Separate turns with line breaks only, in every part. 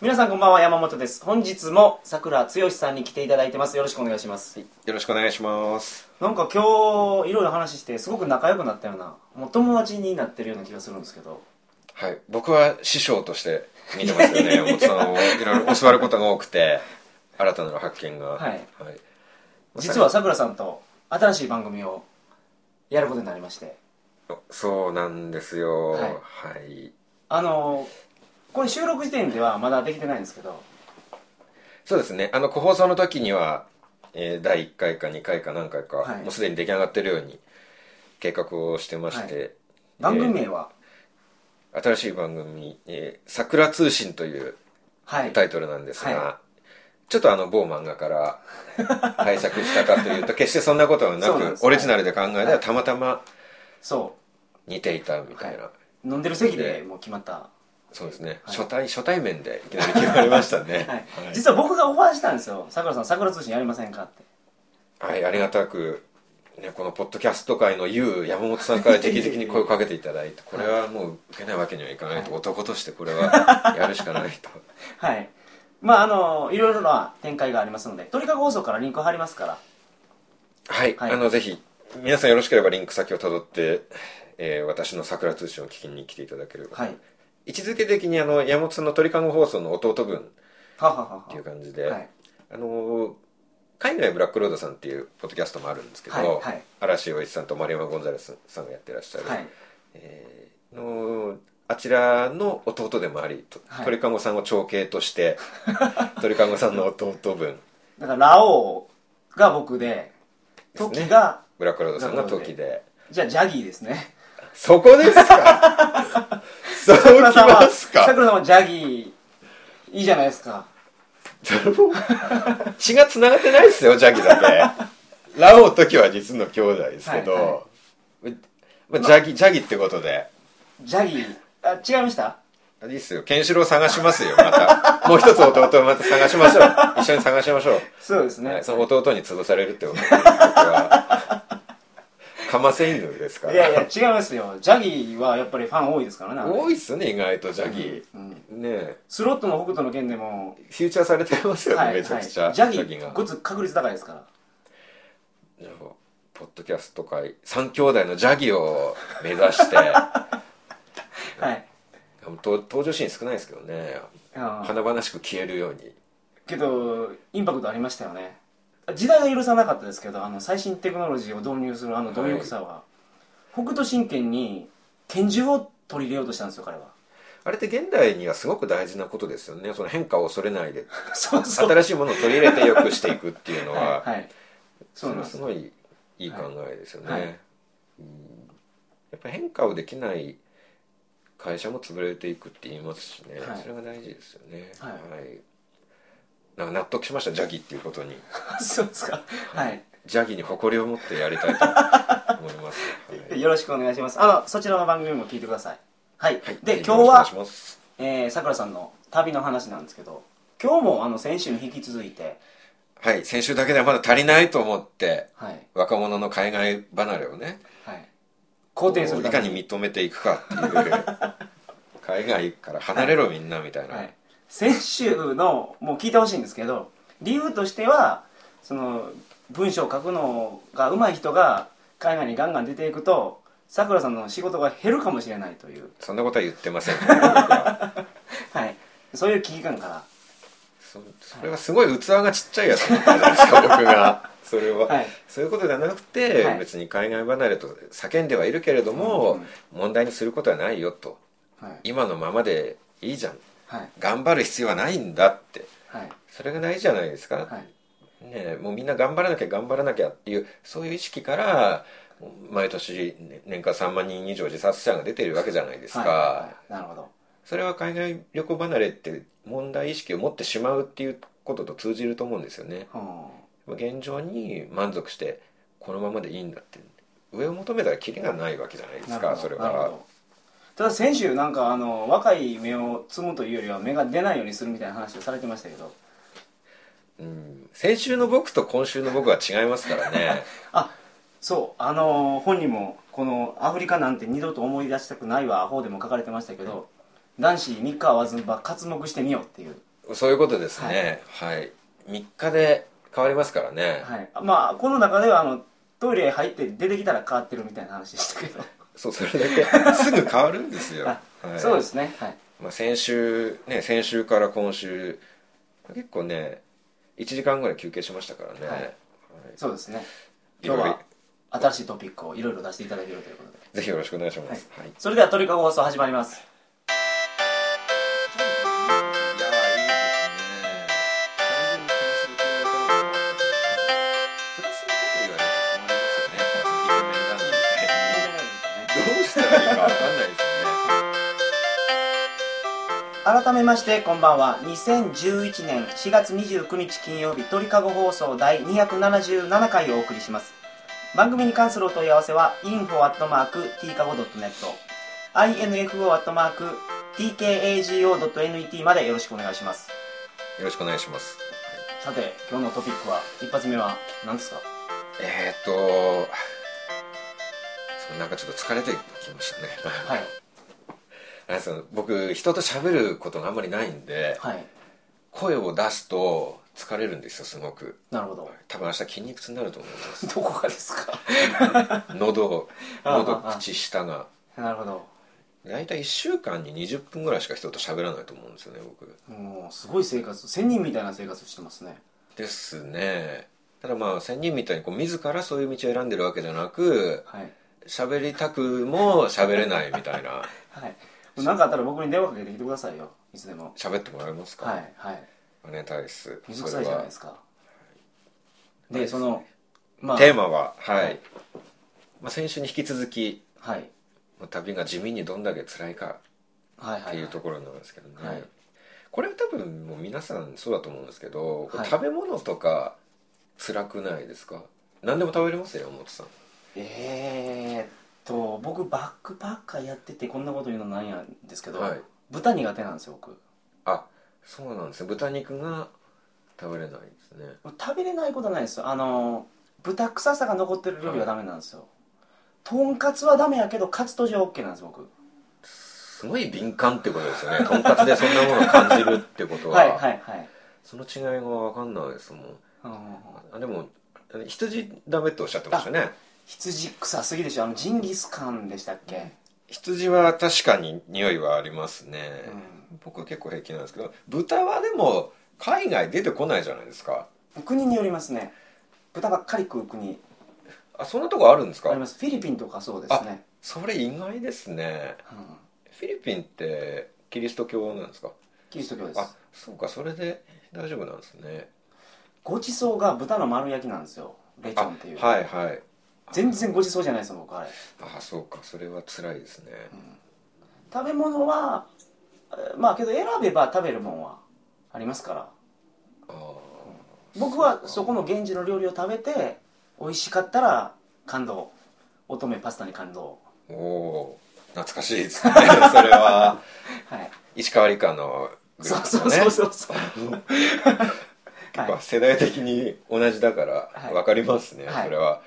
皆さんこんばんは山本です本日もさくらつよしさんに来ていただいてますよろしくお願いします、
よろしくお願いします
なんか今日いろいろ話してすごく仲良くなったようなもう友達になってるような気がするんですけど
はい僕は師匠として見てますよ ね山本さんをいろいろ教わることが多くて新たなる発見が
はい、
はい、
実はさくらさんと新しい番組をやることになりまして
そうなんですよ
は
はいい、
あのこれ収録時点ではまだできてないんですけど
そうですねあの個放送の時には、えー第1回か2回か何回か、
はい
もうすでに出来上がってるように計画をしてまして、
は番組名は、
新しい番組「えー桜通信」という
はい
タイトルなんですが、
は
ちょっとあの某漫画から拝借したかとい うと決してそんなことはな
そうなんで
く
す
オリジナルで考えた
はい
らたまたま
そ
似ていたみたいな、
う飲んでる席でもう決まった、
そうですね、
はい
初対初対面でいきなり決まりましたね
はい、実は僕がオファーしたんですよさくらさんさくら通信やりませんかって
はい、はいありがたく、ね、このポッドキャスト界の優山本さんから直々に声をかけていただいてこれはもう受けないわけにはいかないと、男としてこれはやるしかない と
はい。まあ、あの、いろいろな展開がありますので、鳥かご放送からリンク貼りますから。
はい、
はい
あのぜひ皆さんよろしければリンク先をたどって、えー私の桜通信を聞きに来ていただければ
はい。
位置づけ的にあの山本さんの鳥かご放送の弟分っ
はははは
てい
は。
う感じで、
はい
あのー海外ブラックロードさんっていうポッドキャストもあるんですけど、
はいはい
嵐洋一さんと丸山ゴンザレスさんがやってらっしゃる、
はい。
えーのあちらの弟でもあり、と
はい
鳥かごさんを長兄として 鳥かごさんの弟分
だから、ラオウが僕で、
です
ト
ね
キが、
ブラックロードさんが時で
じゃあ、ジャギーです ね。
そこですか そうき
桜さんは、
ます
桜さ
か
んはジャギー、いいじゃないですか。
血がつながってないですよジャギ だけラオウ時は実の兄弟ですけど、
はい
まあ、ジャギジャギってことで
ジャギー、あ、違いました
あれですよケンシロウ探しますよ またもう一つ弟をまた探しましょう一緒に探しましょう、
そうですね。
はいその弟に潰されるっ てこと僕はかませ犬ですから
いやいや、違いますよ。ジャギーはやっぱりファン多いですからねあれ。
多いっすね意外とジャギ、ねえ
スロットの北斗の剣でも、
フューチャーされてますよね、めちゃくちゃ、
ジャギー、
が
ごつ確率高いですから。
じゃあポッドキャスト界三兄弟のジャギを目指し て
はい。
と登場シーン少ないですけどね
あー
華々しく消えるように
けどインパクトありましたよね時代が許さなかったですけどあの最新テクノロジーを導入するあの貪欲さは、北斗神拳に拳銃を取り入れようとしたんですよ 彼は
あれって現代にはすごく大事なことですよねその変化を恐れないで
そう そう
新しいものを取り入れて良くしていくっていうの
は
は、
い、はい、そ
そうれ
なん
は
ですす
ごいいい考えですよね、
はい
うんやっぱ変化をできない会社も潰れていくって言いますしね、
はい
それが大事ですよね
はい
なんか納得しましたジャギっていうことに
そうですかはい、
ジャギに誇りを持ってやりたいと思います。 はい
よろしくお願いしますあのそちらの番組も聞いてくださいはい、
はい
で
よろしく
今
お
日
願いし
は
ます
えーさくらさんの旅の話なんですけど今日もあの先週に引き続いて
はい、先週だけではまだ足りないと思って、
はい
若者の海外離れをね、
はい肯定する
い
た
か
め
に認めていくかっていう、海外から離れろみんなみたいな。
はい、先週のもう聞いてほしいんですけど理由としてはその文章を書くのが上手い人が海外にガンガン出ていくとさくらさんの仕事が減るかもしれないという、
そんなことは言ってません、僕は
はい、そういう危機感か
そそれはすごい器がちっちゃいやつだったじゃないですか、僕 が。それは、
はい
そういうことじゃなくて、
はい
別に海外離れと叫んではいるけれども、問題にすることはないよと。
らはい
今のままでいいじゃん。
はい
頑張る必要はないんだって。
はい
それが大事じゃないですか。
はい
ねえ、もうみんな頑張らなきゃ頑張らなきゃっていう、そういう意識から、毎年、ね年間3万人以上自殺者が出てるわけじゃないですか。
はいなるほど
それは海外旅行離れって問題意識を持ってしまうっていうことと通じると思うんですよね。
うん
現状に満足してこのままでいいんだって上を求めたらキリがないわけじゃないです
なる
か
ほど
それ
なるほ
は
どただ先週なんかあの若い目を摘むというよりは目が出ないようにするみたいな話をされてましたけど
うん先週の僕と今週の僕は違いますから ね
あそうあのー本にもこの「アフリカなんて二度と思い出したくないわアホ」でも書かれてましたけど、男子3日会わずば活目してみようっていう、
そういうことですねはい、三3日で変わりますからね、
はい、まあこの中ではあのトイレ入って出てきたら変わってるみたいな話でしたけど、
そうそれだけすぐ変わるんですよ、は
あ
い、
そうですねはい
まあ、先週ね先週から今週結構ね1時間ぐらい休憩しましたからね、
はい
はい
そうですね
いろ
今日
いろ
は新しいトピックをいろいろ出していただけるということで
ぜひよろしくお願いします、はい
それではトリカゴ放送始まります
いやーいいですねプラスのこと言われると困りますよねどうしたらいいかわかんな
改め
いです
ましてこんばんは2011年4月29日金曜日鳥かご放送第277回をお送りします番組に関するお問い合わせは info.tkago.net info.tkago.net までよろしくお願いします
ねよろしくお願いします
さて今日のトピックは一発目は何ですか
えーっとそうなんかちょっと疲れてきましたね
はい
あれですよ僕人と喋ることがあんまりないんで
はい
声を出すと疲れるんですよすごく
なるほど
多分明日筋肉痛になると思います
どこがですか
喉
ああ
喉
ああ
口下が
なるほど
大体1週間に20分ぐらいしか人と喋らないと思うんですよね僕
もうすごい生活仙人みたいな生活してますね
ですねただまあ仙人みたいにこう自らそういう道を選んでるわけじゃなく
はい
喋りたくも喋れないみた いな
はい何かあったら僕に電話かけてきてくださいよいつでも
喋ってもらえますか、
はいはい
マネタイス
水臭いじゃないですかでそのま
テーマははい、まあ、先週に引き続き
はい
まあ旅が地味にどんだけ辛いか
はい
っ
は
て
い
い
はい
うところなんですけどね、
はい
これは多分もう皆さんそうだと思うんですけど、これ
はい
食べ物とか辛くないですか何でも食べれますよ山本さん
えーっと僕バックパッカーやっててこんなこと言うのなんやんですけど
はい
豚苦手なんですよ僕
あそうなんですね豚肉が食べれないですね
食べれないことはないですよあの豚臭さが残ってる料理はダメなんですよとんかつはダメやけどカツとじは OK なんです僕
すごい敏感ってことですよねとんかつでそんなものを感じるってことは、
はいはいはい
その違いが分かんないですもん
うんうんうん
あでも羊ダメっておっしゃってましたね
羊臭すぎでしょあのジンギスカンでしたっけ、
羊は確かに匂いはありますね、
う
僕は結構平気なんですけど豚はでも海外出てこないじゃないですか
国によりますね豚ばっかり食う国
あそんなとこあるんです
あ
か
りますフィリピンとかそうですね、
それ意外ですね
うん、
フィリピンってキリスト教なんですか
キリスト教で
あ
す
そうかそれで大丈夫なんですね
ごちそうが豚の丸焼きなんですよレチョンっていう、
あはいはい
全然ごちそうじゃないですよ僕あれ、
あそうかそれは辛いですね
食べ物はえーまあけど選べば食べるもんはありますから
あ
僕はそこの現地の料理を食べて美味しかったら感動乙女パスタに感動
ーおー懐かしいですねそれは
はい
石川理香のグル
そう
ープ
そ
の
う
ね
そうそうそう
やっ
は
ぱ世代的に同じだから
はい
分かりますね、
はい
それは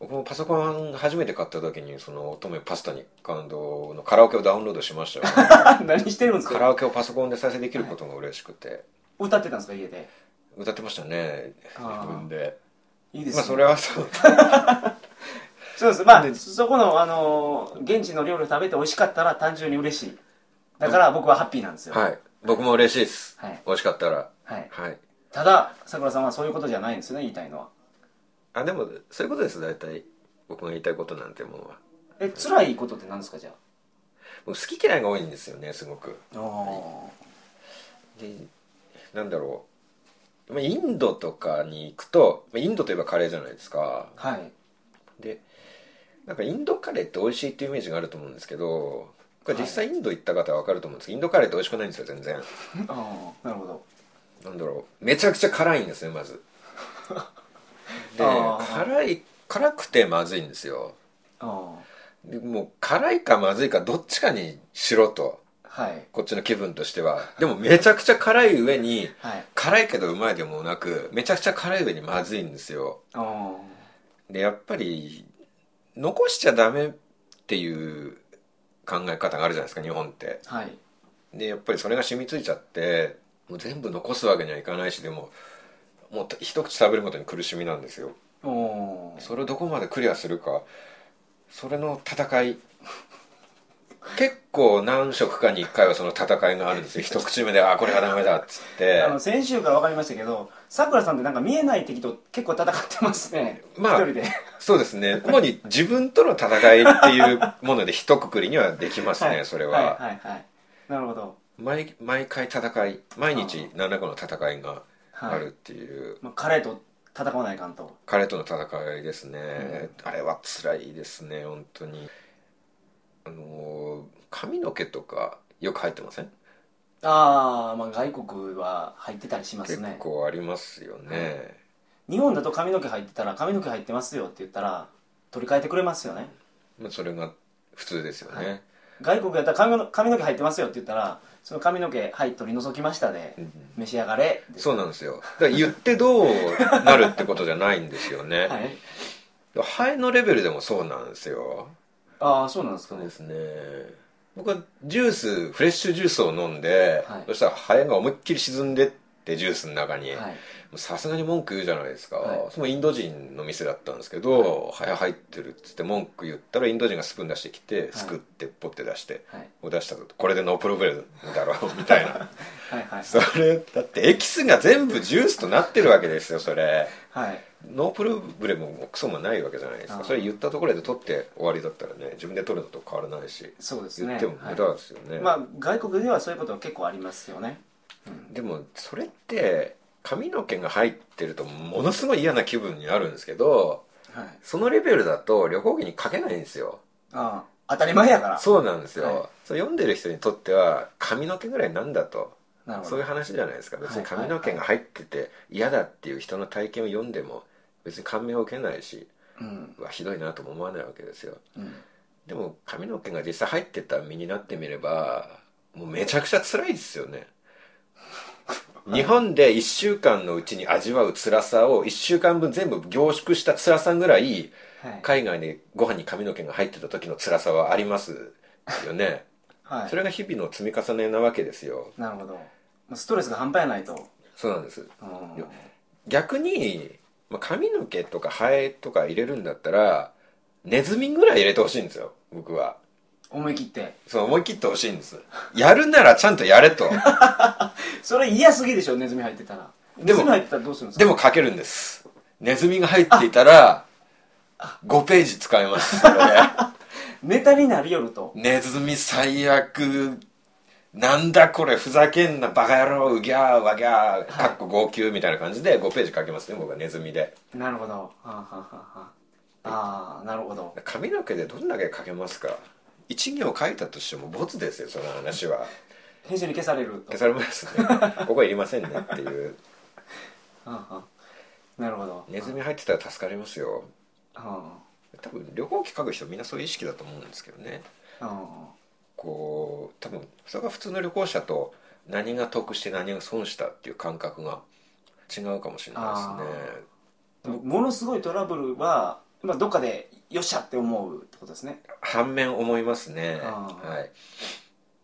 僕もパソコン初めて買った時にその乙女パスタに感動のカラオケをダウンロードしました よ
い何してるんです
カ
か
ラオケをパソコンで再生できることが嬉しくて
歌ってたんですか家で
歌ってましたね
あー
自分で
いいです
ま
ね
あそれはそう
そうですま
で
あそこの、あのー現地の料理を食べて美味しかったら単純に嬉しいだから僕はハッピーなんですよ、
はい僕も嬉しいです、
はい
美味しかったら
はい、
はい
たださくらさんはそういうことじゃないんですよね言いたいのは
あでもそういうことです大体僕が言いたいことなんてものは
え辛いことって何ですかじゃ
僕好き嫌いが多いんですよねすごく
あお
でなんだろうまあインドとかに行くとまあインドといえばカレーじゃないですか
ーはい
でなんかインドカレーって美味しいっていうイメージがあると思うんですけどこれ実際インド行った方は分かると思うんですけど、インドカレーって美味しくないんですよ全然
ああなるほど
なんだろうめちゃくちゃ辛いんですね まずで
あー
辛い辛くてまずいんですよ
あ
でもう辛いかまずいかどっちかにしろと
あはい
こっちの気分としてはでもめちゃくちゃ辛い上に
はい
辛いけどうまいでもなくめちゃくちゃ辛い上にまずいんですよ
ああ
でやっぱり残しちゃダメっていう考え方があるじゃないですか日本って
はい
でやっぱりそれが染みついちゃってもう全部残すわけにはいかないしでももう一口食べるごとに苦しみなんですよ
おー
それをどこまでクリアするかそれの戦い 結構何食かに1回はその戦いがあるんですよ一口目で「あこれはダメだ」っつって
あの先週から分かりましたけどさくらさんってなんか見えない敵と結構戦ってますね、
まあ
一人で
そうですね主に自分との戦いっていうもので一括りにはできますねそれは、
い はいはいなるほど、
毎毎回戦い毎日何らかの戦いが
は
あるっ
い
ていう、
まあ、彼と戦わないかんと
彼との戦いですね、あれは辛いですね本当にあのー髪の毛とかよく入ってません
ああまあ外国は入ってたりします
結
ね
構ありますよね、
日本だと髪の毛入ってたら髪の毛入ってますよって言ったら取り替えてくれますよね
まあ、それが普通ですよね、
外国やったら髪の髪の毛入ってますよって言ったらその髪の毛はい取り除きましたで、
ん
召し上がれです
そうなんですよだから言ってどうなるってことじゃないんですよね、
はい
ハエのレベルでもそうなんですよ
ああそうなんですか
そう
ね
ですね僕はジュースフレッシュジュースを飲んで、
はい
そしたらハエが思いっきり沈んでってジュースの中に、
はい
さすがに文句言うじゃないですか、
はい
そのインド人の店だったんですけど「早入ってる」っつって文句言ったらインド人がスプーン出してきてすくってポッて出して
はい
「お出したぞ」これでノープロブレムだろう」みたいな
はいはい
それだってエキスが全部ジュースとなってるわけですよそれ
はい
ノープロブレムもクソもないわけじゃないです
あ
か
ー
それ言ったところで取って終わりだったらね自分で取るのと変わらないし
そうです
言
ね
っても無駄ですよ
は
ね、
いまあ外国ではそういうことは結構ありますよね
でもそれって髪の毛が入ってるとものすごい嫌な気分になるんですけど
はい
そのレベルだと旅行記に書けないんですよ
ああ当たり前やから
そうなんですよ、
はい
そう読んでる人にとっては髪の毛ぐらいなんだと
なるほど
そういう話じゃないですか別に
はいは
髪
い
の毛が入ってて嫌だっていう人の体験を読んでも別に感銘を受けないし
うん
うわひどいなとも思わないわけですよ
うん
でも髪の毛が実際入ってた身になってみればもうめちゃくちゃ辛いですよね日本で1週間のうちに味わう辛さを1週間分全部凝縮した辛さぐらい
はい
海外でご飯に髪の毛が入ってた時の辛さはありますよね
はい
それが日々の積み重ねなわけですよ
なるほどまあストレスが半端やないと
そうなんです
うん
いや逆に、まあ、髪の毛とかハエとか入れるんだったらネズミぐらい入れてほしいんですよ僕は
思い切って
そう思い切ってほしいんですやるならちゃんとやれと
それ嫌すぎでしょネズミ入ってたらネ
でも
ズミ入ってたらどうするんですか
でも書けるんですネズミが入っていたら5ページ使えますそれ
ネタになりよると
ネズミ最悪なんだこれふざけんなバカ野郎うぎゃーわぎゃーかっこ号泣みたいな感じで5ページ書けますね僕はネズミで
なるほどはあはあはあはああーなるほど
髪の毛でどんだけ書けますか一行書いたとしてもボツですよその話は
編集に消されると
消されますねここはいりませんねっていう
はあはあなるほど
ネズミ入ってたら助かりますよ
は
多分旅行記書く人みんなそういう意識だと思うんですけどね
あは
こう多分それが普通の旅行者と何が得して何が損したっていう感覚が違うかもしれないですね
あものすごいトラブルは、まあ、どっかでよっしゃって思うってことですね
反面思いますね
あー
はい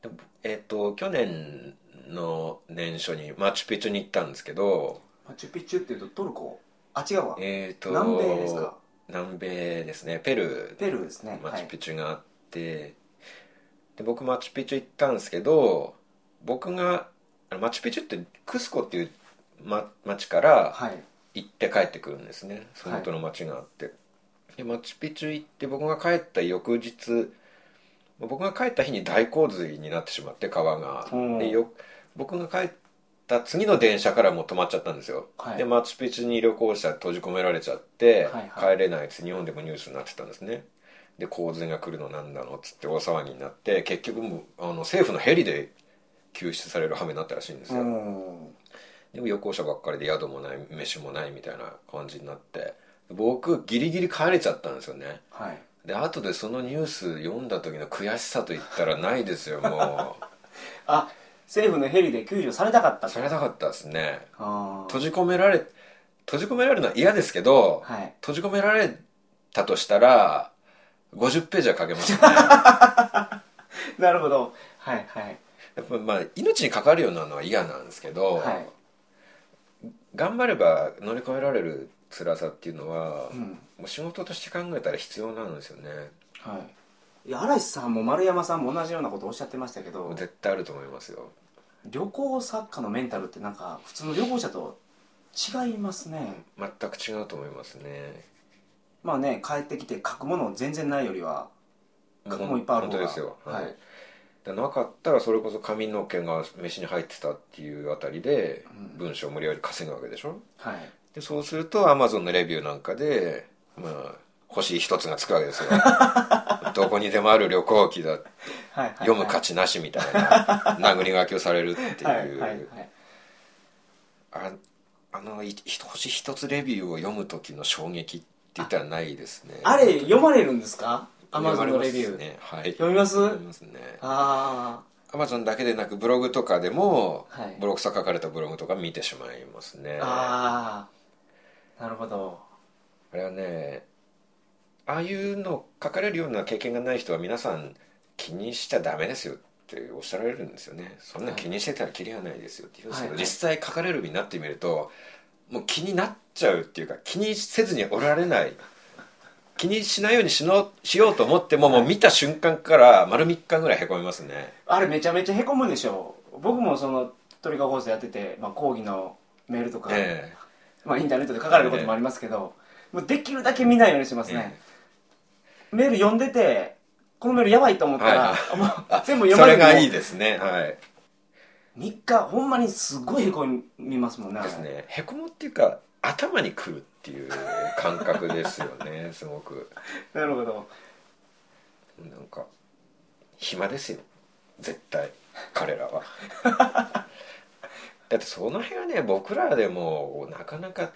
でもえっ、と去年の年初にマチュピチュに行ったんですけど
マチュピチュっていうとトルコあ違うわ
えっ、と
南米ですか
南米ですねペルー
ペルーですね
マ
は
チュ
い
ピチュがあって、で僕マチュピチュ行ったんですけど僕があのマチュピチュってクスコっていう、ま、町から
はい
行って帰ってくるんですねその元の町があって、でマチュピチュ行って僕が帰った翌日僕が帰った日に大洪水になってしまって川が
うん
でよ僕が帰った次の電車からもう止まっちゃったんですよ、
はい
でマチュピチュに旅行者閉じ込められちゃって、
はいはい
帰れないっつって日本でもニュースになってたんですねで洪水が来るのなんだのっつって大騒ぎになって結局もうあの政府のヘリで救出される羽目になったらしいんです
う
よ、
ん
でも旅行者ばっかりで宿もない飯もないみたいな感じになって僕ギリギリ帰れちゃったんですよね
はい
で後でそのニュース読んだ時の悔しさと言ったらないですよも
あ政府のヘリで救助されたかった
う されなかったですね
あー
閉じ込められ閉じ込められるのは嫌ですけど、
はい
閉じ込められたとしたら50ページは書けますね
なるほどはいはい
やっぱまあ命に関わるようなのは嫌なんですけど、
はい
頑張れば乗り越えられる辛さっていうのは、
うん
もう仕事として考えたら必要なんですよね
はいいや嵐さんも丸山さんも同じようなことおっしゃってましたけど
絶対あると思いますよ
旅行作家のメンタルってなんか普通の旅行者と違いますね
全く違うと思いますね
まあね帰ってきて書くもの全然ないよりは書くもんいっぱいある方
本当
が
ですよ
はい、
でなかったらそれこそ髪の毛が飯に入ってたっていうあたりで
うん
文章を無理やり稼ぐわけでしょ、
はい
でそうするとアマゾンのレビューなんかで、まあ、星一つがつくわ けですよどこにでもある旅行記だ
はいはい
読む価値なしみたいな殴り書きをされるって
はい
いう、
はいはい
ああのい一星一つレビューを読む時の衝撃って言ったらないですね
あれ読まれるんですかアマ
読
ゾ
ま
ンのレ
れます
ビュー、
ねはい
読みます
読みますね
あ
アマゾンだけでなくブログとかでも、
はい
ブログさ書かれたブログとか見てしまいますね
あああなるほど
あれはねああいうの書かれるような経験がない人は皆さん気にしちゃダメですよっておっしゃられるんですよねそんな気にしてたらキリがないですよって言うんですけど、
はいはい
実際書かれるようになってみるともう気になっちゃうっていうか気にせずにおられない気にしないようにしのしようと思ってももう見た瞬間から丸3日ぐらいへこみますね
あれめちゃめちゃへこむんでしょ僕もそのトリガー放送やってて、まあ、講義のメールとか、
え
まあ、インターネットで書かれることもありますけど、もうできるだけ見ないようにしてま
え
すね、メール読んでてこのメールやばいと思ったら、
はい
もう全部
え
読
えそ
ま
れ
れて
がいい
も
ですねはい
3日ほんまにすごいへこみますもんねあれ
ですねへこむっていうか頭にくるっていう感覚ですよね すごく
なるほど
なんか暇ですよ絶対彼らは だってその辺はね僕らでもなかなか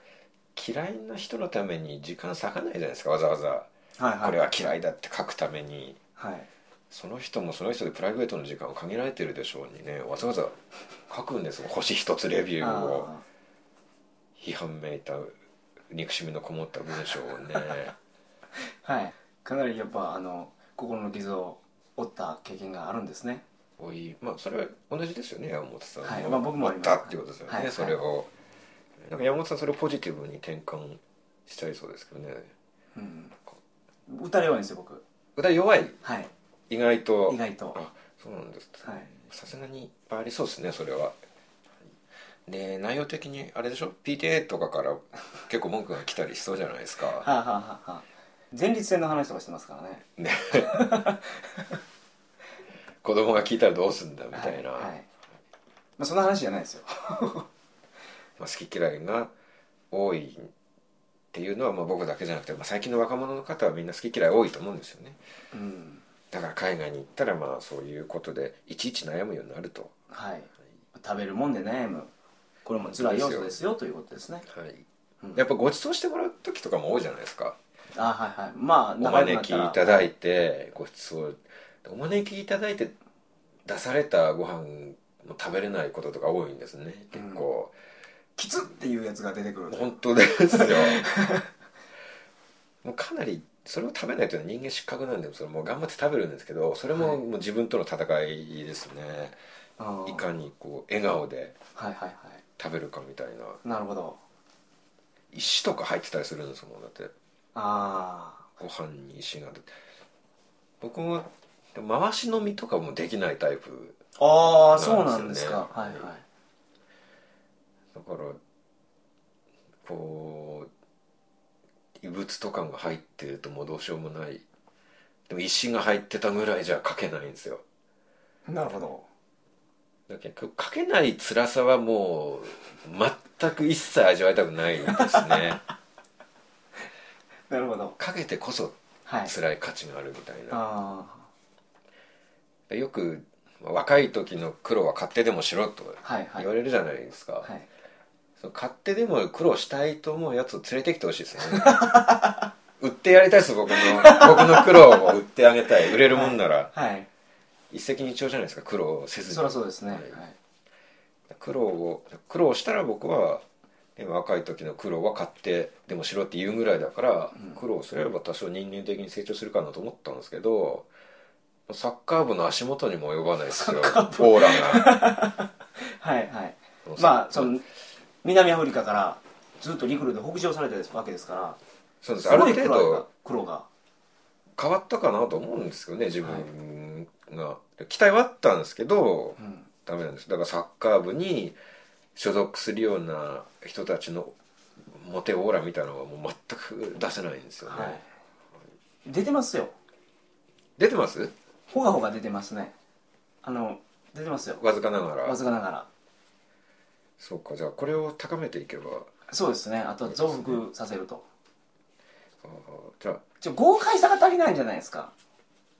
嫌いな人のために時間割かないじゃないですかわざわざ
はいはい
これは嫌いだって書くために
はい
その人もその人でプライベートの時間は限られてるでしょうにねわざわざ書くんですよ星一つレビューを
あ
批判めいた憎しみのこもった文章 をね
ーはいかなりやっぱあの心の傷を負った経験があるんですね
おいまあそれは同じですよね山本さんも、
はいまあ僕もあります
あったっていうことですよね、
はい
それをなんか山本さんそれをポジティブに転換しちゃいそうですけどね
うん歌れ弱いんですよ僕
歌弱い
はい
意外と
意外と
あそうなんです
はい
さすがにいっぱいありそうですねそれはで内容的にあれでしょ PTA とかから結構文句が来たりしそうじゃないですか
はあ、はあはあはあ、前立腺の話とかしてますからね
ね子供が聞いたらどうすんだみたいな、
はいはいまあ、そんな話じゃないですよ
まあ、好き嫌いが多いっていうのはまあ僕だけじゃなくて、まあ、最近の若者の方はみんな好き嫌い多いと思うんですよね
うん
だから海外に行ったらまあそういうことでいちいち悩むようになると、
はい食べるもんで悩むこれも辛い要素ですよということですね
はい
うん
やっぱご馳走してもらう時とかも多いじゃないですか
あはいはいまあ
お
長くな
招
っ
き
たら
いただいてご馳走お招きいただいて出されたご飯も食べれないこととか多いんですね結構、
きつっていうやつが出てくる
本当で すよもうかなりそれを食べないというのは人間失格なんでそれもう頑張って食べるんですけどそれ
は
も
い
もう自分との戦いですね、
あ
い、
ー
かにこう笑顔で
はいはいは
食べるかみたいない
なるほど
石とか入ってたりするんですもんだって
あ
ご飯に石が出て僕も回し飲みとかもできないタイプ
ーあー
そ
そうう
な
なんん
で
ですす
よね
かはいはい
だからこう異物とかが入ってるともうどうしようもないでも石が入ってたぐらいじゃ書けないんですよ
なるほど
だから結構書けない辛さはもう全く一切味わいたくないですね
なるほど
かけてこそ
はい
辛い価値があるみたいな
あ
でよくまあ若い時の苦労は勝手でもしろと
あはいは
言
い
われるじゃないですか、
はい
その勝手でも苦労したいと思うやつを連れてきてほしいですね売ってやりたいです僕の僕の苦労を売ってあげたい売れるもんなら、
はい
一石二鳥じゃないですか苦労せずに
そりゃそうですね
は
はいい
苦労を苦労したら僕は、ね、若い時の苦労は勝手でもしろって言うぐらいだから、
うん
苦労すれば多少人間的に成長するかなと思ったんですけどサッカー部の足元にも及ばないですよ
サッカー部
オーラが
はいはい まあその南アフリカからずっと陸路で北上されたわけですから
そうです
す
ある
ごい
程
苦労が
度
苦労が
変わったかなと思うんですけどね自分が、期待はあったんですけど
うん
ダメなんですだからサッカー部に所属するような人たちのモテオーラみたいなのはもう全く出せないんですよね、
はい出てますよ
出てます
ほがほが出てますねあの出てますよ
わずかながら
わずかながら
そうかじゃあこれを高めていけば
そうですねあとは増幅させると
あーじゃあ
ちょ豪快さが足りないんじゃないですか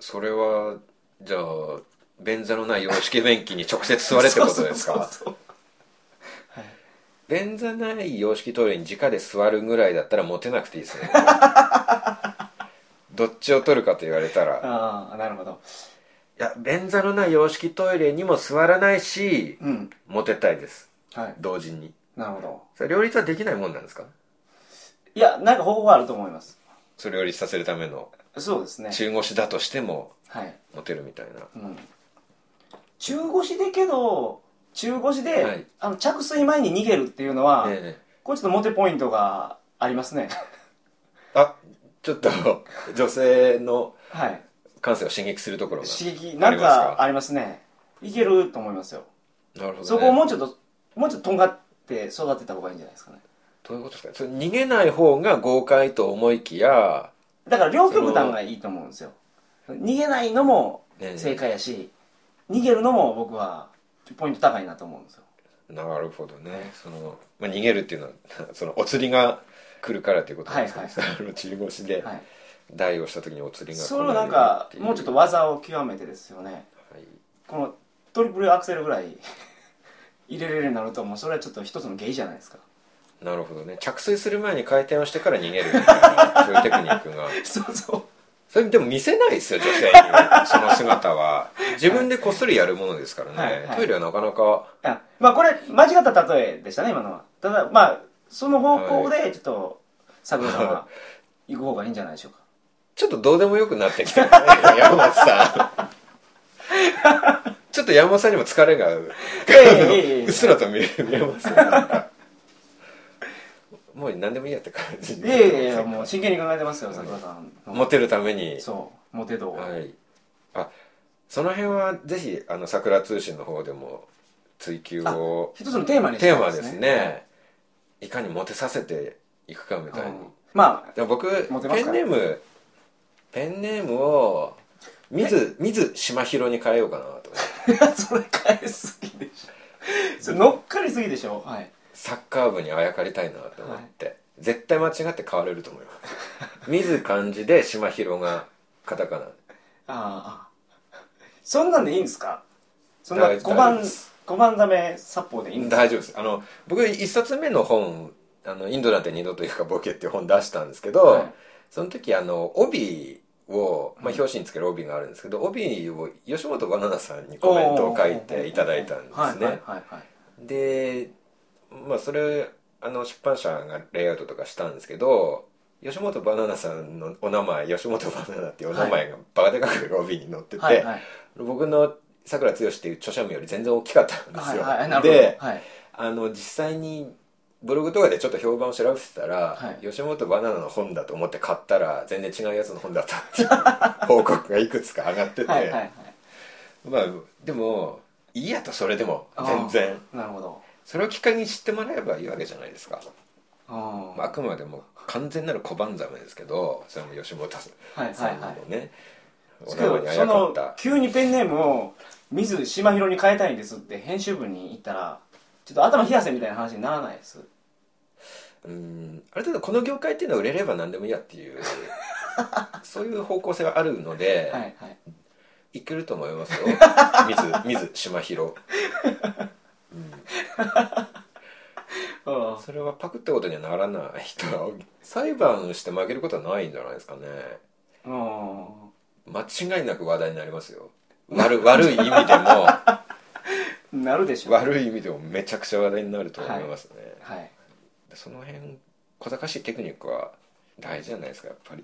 それはじゃあ便座のない洋式便器に直接座れってことです
そう
か
そうそう
便座ない洋式トイレに直で座るぐらいだったらモテなくてい いですねどっちを取るかと言われたら
ああなるほど
いや便座のない洋式トイレにも座らないし
うん
モテたいです
はい
同時に
なるほど
それ両立はできないもんなんですか
いやなんか方法はあると思います
それを両立させるための
そうですね
中腰だとしても
はい、
モテるみたいな
うん、中腰でけど中腰で、
はい
あの着水前に逃げるっていうのは、
ええ
これちょっとモテポイントがあり ますね
あ ちょっと女性の
はい
感性を刺激するところが
刺激なんかありますねいけると思いますよ
なるほど、ね、
そこをもうちょっともうちょっととんがって育てた方がいいんじゃないですかね
どういうことですかそれ逃げない方が豪快と思いきや
だから両極端がいいと思うんですよ逃げないのも
ねえ
正解やし、逃げるのも僕はポイント高いなと思うんですよ
なるほどねその、まあ、逃げるっていうのは そのお釣りが来るからということなんですけど、
はい
あの中腰で
はい
台をした時にお釣りが来
それをなんかもうちょっと
は
技を極めてですよね
い、
このトリプルアクセルぐら い入れれるようになるともうそれはちょっと一つの芸じゃないですか
なるほどね着水する前に回転をしてから逃げるみたいな そういうテクニックが
そうそう
それでも見せないですよ女性にはその姿は自分でこっそりやるものですからね、
はいはい
トイレはなかなか
あまあこれ間違った例えでしたね今のはただまあその方向でちょっと佐久間さんは行く方がいいんじゃないでしょうか
ちょっとどうでもよくなってきた、ね、山本さん。ちょっと山本さんにも疲れが、う
やいやいやいや
っすらと見え見えますね。なんかもう何でもいいやって感じ。
いやいやいやもう真剣に考えてますよ佐久間さんの
モテるために。
そうモテ度を
はい。あ、その辺はぜひ、あの、桜通信の方でも追求を、
一つのテーマにして
テーマですね。いかにモテさせていくかみたいに。
まあ
でも僕
モテま
ペ
すか
ンネームペンネームを水水島広に変えようかなと思って
それ変えすぎでしょそれ乗っかりすぎでしょはい
サッカー部にあやかりたいなと思って、絶対間違って変われると思います水漢字で島広がカタカナ
ああそんなんでいいんですかそんな
大
5番
大丈夫です
5番ダメ殺法でいいんですか
大丈夫ですあの僕一冊目の本あの「インドなんて二度と行くかボケ」っていう本出したんですけど、
はい
その時あの帯を、まあ、表紙につける帯があるんですけど、帯を吉本バナナさんにコメントを書いていただいたんですね、
はいはいはいはい
でまあそれあの出版社がレイアウトとかしたんですけど吉本バナナさんのお名前吉本バナナっていうお名前がバカでかく帯に載ってて、
はいはい
僕のさくら剛っていう著者名より全然大きかったんですよ、
はいはいなるほど
で、
はい
あの実際にブログとかでちょっと評判を調べてたら、
はい
吉本バナナの本だと思って買ったら全然違うやつの本だったっていう報告がいくつか上がってて、
はいはいはい
まあでもいいやとそれでも全然。
ああなるほど
それをきっかけに知ってもらえばいいわけじゃないですか、
あ
まあ、あくまでも完全なる小判ざめですけどそれも吉本さん
はいはいはい
のね、
け
お名前に
ど
あ
そ
やかっ
の
た
急にペンネームを水島ひろに変えたいんですって編集部に行ったらちょっと頭冷やせみたいな話にならないです
うんある程度この業界っていうのは売れれば何でもいいやっ ていうそういう方向性はあるので、
はいはい
い、けると思いますよ 水水島広
あ
それはパクってことにはならない人は裁判して負けることはないんじゃないですかね
あうん
間違いなく話題になりますよ悪悪い意味でも
なるでしょう
悪い意味でもめちゃくちゃ話題になると思いますね、
はい
その辺小賢しいテクニックは大事じゃないですかやっぱり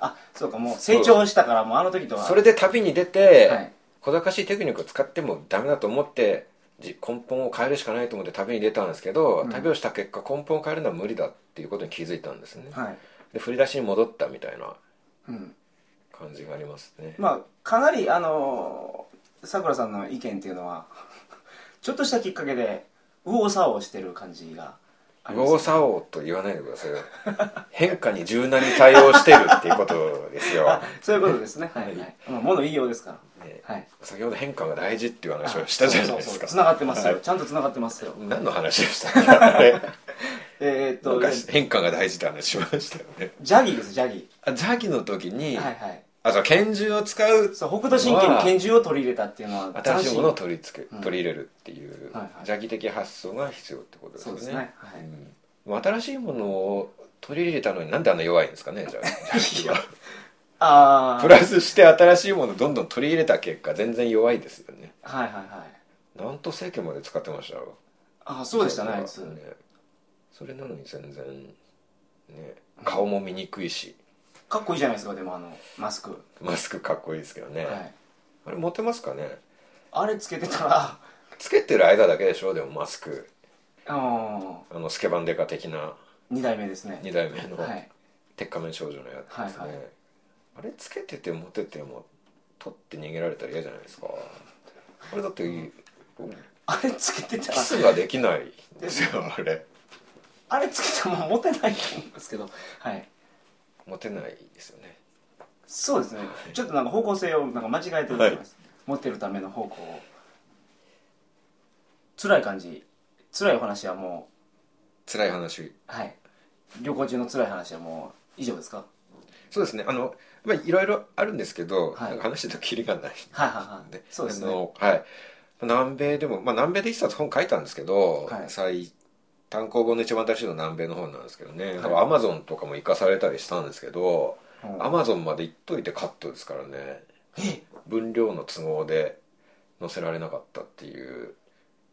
あそうかもう成長したからもうあの時とは
それで旅に出て、
はい
小賢しいテクニックを使ってもダメだと思ってじ根本を変えるしかないと思って旅に出たんですけど、
うん
旅をした結果根本を変えるのは無理だっていうことに気づいたんですね、
はい、
で振り出しに戻ったみたいな
うん、
感じがありますね、
まあかなりあのーさくらさんの意見っていうのはちょっとしたきっかけで右往左往してる感じがあり
右
ます
往左往と言わないでくださいよ変化に柔軟に対応してるっていうことですよ、
あそういうことですねはい、は、
はい
まあ物言いようですから
ね
はい
先ほど変化が大事っていう話をしたじゃないですか
つながってますよ、
はい
ちゃんとつながってますよ
何の話でしたっけあ れ
えー、っ
な
と
んか変化が大事って話しましたよね
ジャギーですジャギ
あ邪気の時に、
ーはいはい
あそう拳銃を使う
そう北斗神拳に拳銃を取り入れたっていうのは
新しいものを
斬
取り付け、
うん
取り入れるっていう、
はいはい
邪気的発想が必要ってことですよね
そうですねはい
うんもう新しいものを取り入れたのになんであんな弱いんですかねじゃあ 邪気は
新ああ
プラスして新しいものをどんどん取り入れた結果全然弱いですよね
はいはいはい
なんと政権まで使ってましたよ
あそうでしたねあいつ、
それなのに全然ね顔も見にくいし
かっこいいじゃないですかでもあのマスク、
マスクかっこいいですけどね、
はい、
あれモテますかね
あれつけてたら
つけてる間だけでしょでもマスク
あ
あのスケバンデカ的な
2代目ですね
2代目の
はい
鉄仮面少女のやつですね、
はいはい
あれつけててモテても取って逃げられたら嫌じゃないですかあれだっていい
あれつけてた
キ
ら
スができないんですよあれ
あれつけてもモテないと思うんですけどはい
モテないですよね
そうですねちょっとなんか方向性をなんか間違えてると思います、持ってるための方向を辛い感じ辛いお話はも
辛い話
うはい旅行中の辛い話はもう以上ですか
そうですねあのまあいろいろあるんですけど、
はい
なんか話してるとキリがない
はいはいはい、
で
そうです
あ
ね
のはい南米でも、まあ、南米で一冊本書いたんですけど、
はい
最単行本の一番新しいのは南米の本なんですけどね、
い
多分アマゾンとかも行かされたりしたんですけど
うん
アマゾンまで行っといてカットですからね分量の都合で載せられなかったっていう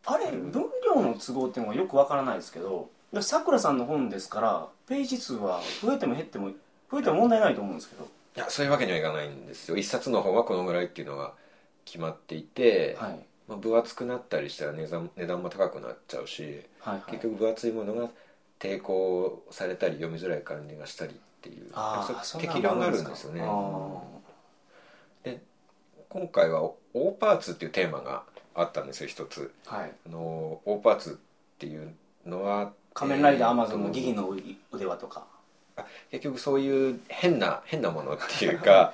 あれ分量の都合っていうのはよくわからないですけどでさくらさんの本ですからページ数は増えても減っても増えても問題ないと思うんですけど
いやそういうわけにはいかないんですよ一冊の本はこのぐらいっていうのが決まっていて、
はい
まあ、分厚くなったりしたら値段値段も高くなっちゃうし
はいはい
結局分厚いものが抵抗されたり読みづらい感じがしたりっていう
ああ
そ
そ
うん
な
適量があるんですよね
あー
今回は「オーパーツ」っていうテーマがあったんですよ一つ
はい
あのオーパーツっていうのは
仮面ライダーアマゾン
え
の
ーと
ギギの腕輪とか
結局そういう変な変なものっていうか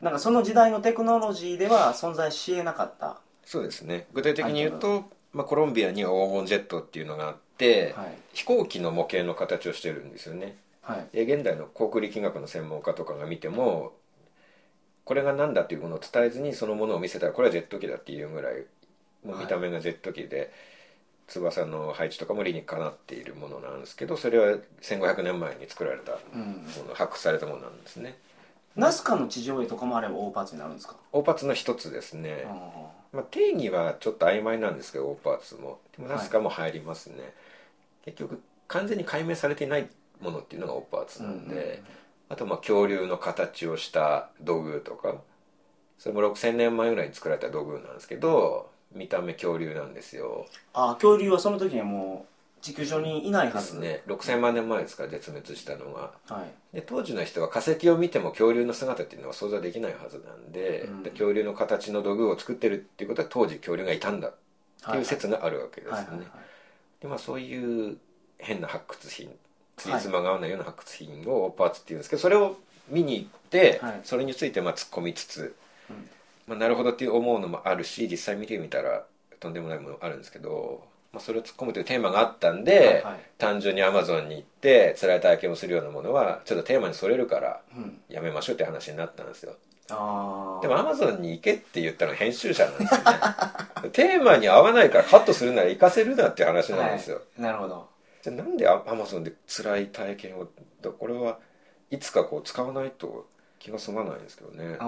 なんかその時代のテクノロジーでは存在しえなかったは
そうですね具体的に言うと、まあ、コロンビアには黄金ジェットっていうのがあっ
い
て、飛行機の模型の形をしてるんですよね
はい
で現代の航空力学の専門家とかが見てもこれが何だっていうものを伝えずにそのものを見せたらこれはジェット機だっていうぐらいもう見た目がジェット機で、翼の配置とかも理にかなっているものなんですけどそれは1500年前に作られたも
うん
の発掘されたものなんですね
ナスカの地上絵とかもあれば大パーツになるんですか
オーパーツの一つですね、
あ
まあ、定義はちょっと曖昧なんですけどオーパーツもでもナスカも入りますね、結局完全に解明されていないものっていうのがオーパーツなんで、
うんうんうん
あとまあ恐竜の形をした土偶とかそれも6,000年前ぐらいに作られた土偶なんですけど見た目恐竜なんですよ
あー恐竜はその時にはもう地球上にいないは
で
ず
すね6,000万年前ですから絶滅したのが
はい
で当時の人は化石を見ても恐竜の姿っていうのは想像できないはずなんで,、
うん
で恐竜の形の土偶を作ってるっていうことは当時恐竜がいたんだって
はいいう
説があるわけですよ
は
ね、
いはいはい
でまあそういう変な発掘品つりつまが合わないような発掘品をオーパーツっていうんですけどそれを見に行って、
はい
それについてまあ突っ込みつつ、
うん
まあ、なるほどっていう思うのもあるし実際見てみたらとんでもないものあるんですけど、まあ、それを突っ込むというテーマがあったんで、
はいはい
単純にアマゾンに行って辛い体験をするようなものはちょっとテーマにそれるから
うん
やめましょうって話になったんですよ
ああ
でもアマゾンに行けって言ったの編集者なんですよね テーマに合わないからカットするなら行かせるなっていう話なんですよ、
はい、なるほど
じゃあなんでアマゾンで辛い体験をだこれはいつかこう使わないと気が済まないんですけどね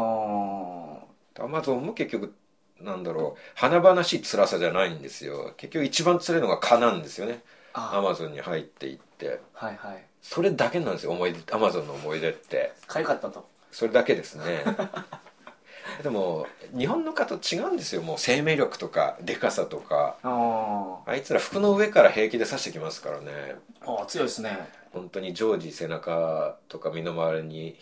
あ
アマゾンも結局なんだろう華々しい辛さじゃないんですよ結局一番辛いのが蚊なんですよね
ああ
アマゾンに入っていって
はいはい
それだけなんですよ思い出アマゾンの思い出って
かゆかったと
それだけですね でも日本の方違うんですよもう生命力とかでかさとか
あ
あいつら服の上から平気で刺してきますからね
ーあー強いですね
本当に常時背中とか身の回りに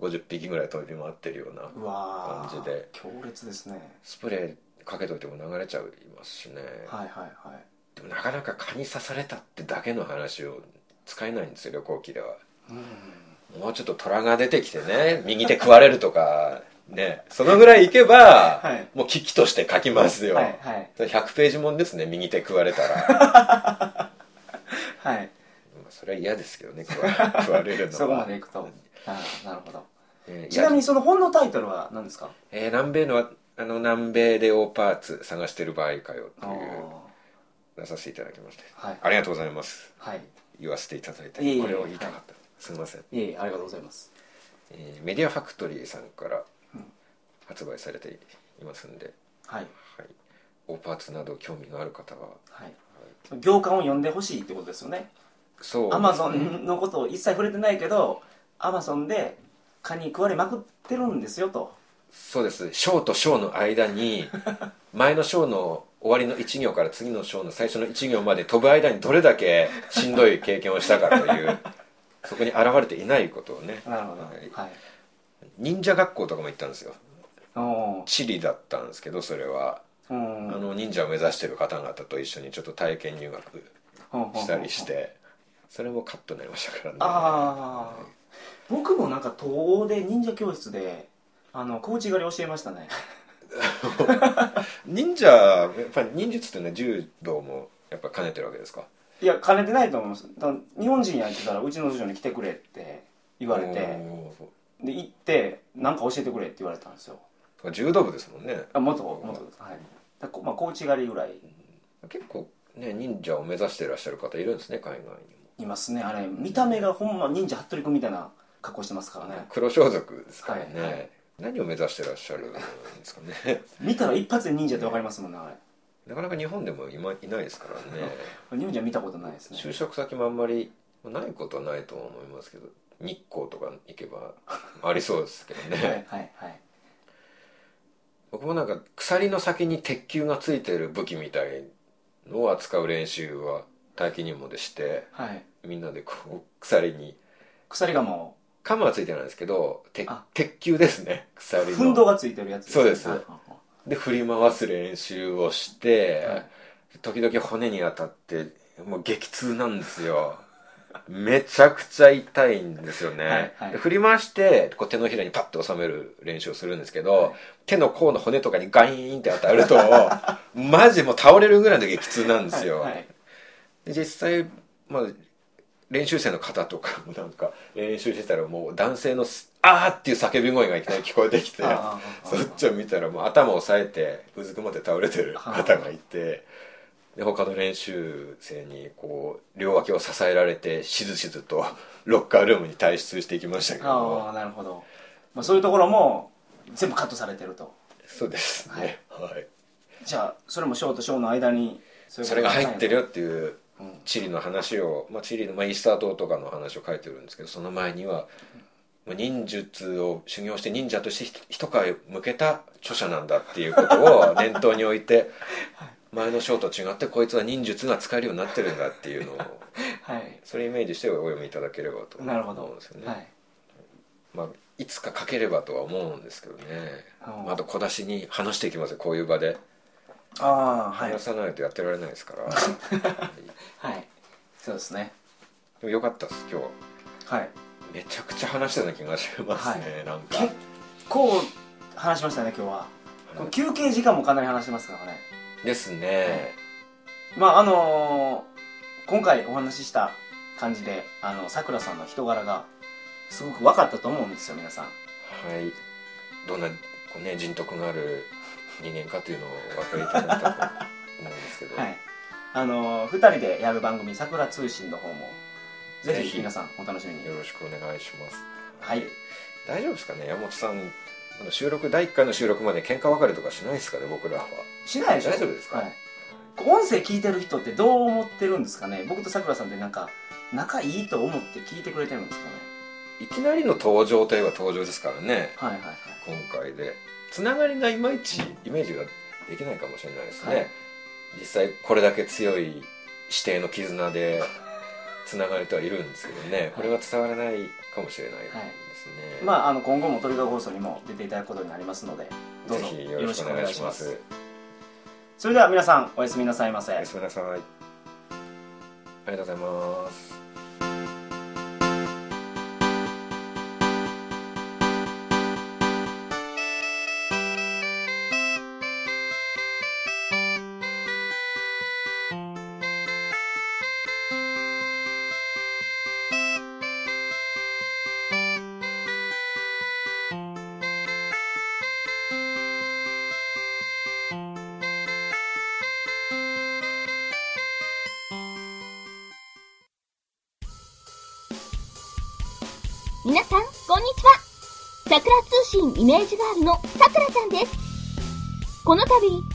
50匹ぐらい飛び回ってるような
うわー
感じで
強烈ですね
スプレーかけといても流れちゃいますしね、
はいはいはい
でもなかなか蚊に刺されたってだけの話を使えないんですよ旅行機では
うん
もうちょっと虎が出てきてね右手食われるとかねそのぐらいいけば、
はい
もう危機として書きますよ、
はいはい
それ100ページもんですね右手食われ たら
はい
まあそれは嫌ですけどね食わ食われるのは
そこまでいくとあーなるほど
えー
ちなみにその本のタイトルは何ですか
えー南米のはあの南米でオーパーツ探してる場合かよと
あ
い
ー
う出させていただきまして
はい
ありがとうございます
はい
言わせていただいて
いえいえ
これを言いたかったすみません、
いえいえありがとうございます
えーメディアファクトリーさんから
うん
発売されていますんで、
はい
はい、オーパーツなど興味のある方は
はいその行間を読んでほしいってことですよね
そう
アマゾンのことを一切触れてないけどアマゾンで蚊に食われまくってるんですよと
そうです章と章の間 に前の章の終わりの1行から次の章の最初の1行まで飛ぶ間にどれだけしんどい経験をしたかというそこに現れていないことをね
なるほどは
はいい、忍者学校とかも行ったんですよ
おー
チリだったんですけどそれは、
う
あ
ん
の忍者を目指してる方々と一緒にちょっと体験入学したりして、それもカットになりましたからね
ああ僕もなんか東欧で忍者教室であのコーチ狩り教えましたね
忍者やっぱり忍術っていうのは柔道もやっぱ兼ねてるわけですか
いや兼ねてないと思いますだから日本人やってたらうちの部署に来てくれって言われて
おー
で行って何か教えてくれって言われたんですよ
柔道部ですもんね
あ元元ですはいだこまあコーチ狩りぐらい
結構ね忍者を目指していらっしゃる方いるんですね海外にも
いますねあれ見た目がほんま忍者服部君みたいな格好してますからね
黒装束ですからね、
はいはい
何を目指してらっしゃるんですかね
見たら一発で忍者ってわかりますもんねあ
なかなか日本でも今いないですからね
れ忍者見たことないですね
就職先もあんまりないことはないと思いますけど日光とか行けばありそうですけど
はいは
ね
いはい
僕もなんか鎖の先に鉄球がついてる武器みたいのを扱う練習は待機入門でして
はい
みんなでこう鎖に
鎖鎌を
鎌はついてないんですけど鉄
あ
鉄球ですね鎖の
奮闘がついてるやつ
そうです
はい
で振り回す練習をして、
はい
時々骨に当たってもう激痛なんですよめちゃくちゃ痛いんですよね、
はいはい
で振り回してこう手のひらにパッと収める練習をするんですけど、手の甲の骨とかにガイーンって当た るとマジもう倒れるぐらいの激痛なんですよ、
はいはい
で実際、まあ、練習生の方とかもなんか練習してたらもう男性のす「あー!」っていう叫び声がいきなり聞こえてきて
あーあーあ
そ
ー
っちを見たらもう頭を押さえてうずくまって倒れてる方がいてで他の練習生にこう両脇を支えられてしずしずとロッカールームに退出していきましたけど
あ
も
あなるほど、まあ、そういうところも全部カットされてると
そうですね、はい、
じゃあそれもショーとショーの間にそ
それが入ってるよっていう
うん
地理の話を、まあ、地理の、まあ、イースター島とかの話を書いてるんですけどその前には、まあ、忍術を修行して忍者としてひ一回向けた著者なんだっていう ことを念頭に置いて前の章と違ってこいつは忍術が使えるようになってるんだっていうのを
はい
それイメージしてお読みいただければと
なるほど
思うんですよね。
はい
まあ、いつか書ければとは思うんですけどね、
うん
まあ、あと小出しに話していきますよこういう場で
ああはい
話さないとやってられないです から、
はいそうですね
でもよかったです今日は。
はい
めちゃくちゃ話したような気がしますね、なんか
結構話しましたね今日はこの休憩時間もかなり話してますからね
ですね、
まああのー今回お話しした感じであのさくらさんの人柄がすごく分かったと思うんですよ皆さん
はいどんなこう、ね、人徳のある人間かというのをお分かりいただいたと思うんですけど、
はいあのー、2人でやる番組「さくら通信」の方もぜ
ぜ
ひ
ひ
皆さんお楽しみに
よろしくお願いします
はい
大丈夫ですかね山本さんあの収録第1回の収録まで喧嘩別れとかしないですかね僕らは
しないでしょ
大丈夫ですか
はい、音声聞いてる人ってどう思ってるんですかね僕とさくらさんってなんか仲いいと思って聞いてくれてるんですかね
いきなりの登場といえば登場ですからね
はいはいはい
今回でつながりがいまいちイメージができないかもしれないですね、
はい
実際これだけ強い指定の絆でつながれてはいるんですけどねこれは伝わらないかもしれないですね、
まああの今後もトリガー放送にも出ていただくことになりますのでどうぞ
ぜひよろしくお願いします
それでは皆さんおやすみなさいませ
おやすみなさいありがとうございます
皆さん、こんにちは。桜通信イメージガールの桜ちゃんです。この度、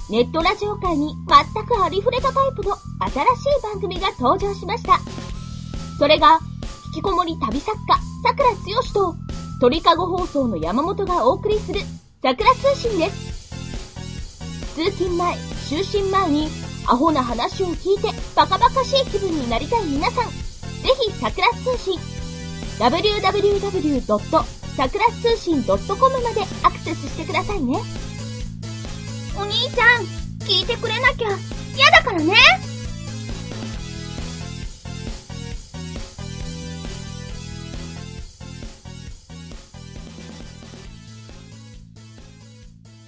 ネットラジオ界に全くありふれたタイプの新しい番組が登場しました。それが、引きこもり旅作家、桜つよしと、鳥かご放送の山本がお送りする、桜通信です。通勤前、就寝前に、アホな話を聞いて、バカバカしい気分になりたい皆さん、ぜひ桜通信、www.sakura-通信.com までアクセスしてくださいね。お兄ちゃん、聞いてくれなきゃ嫌だからね。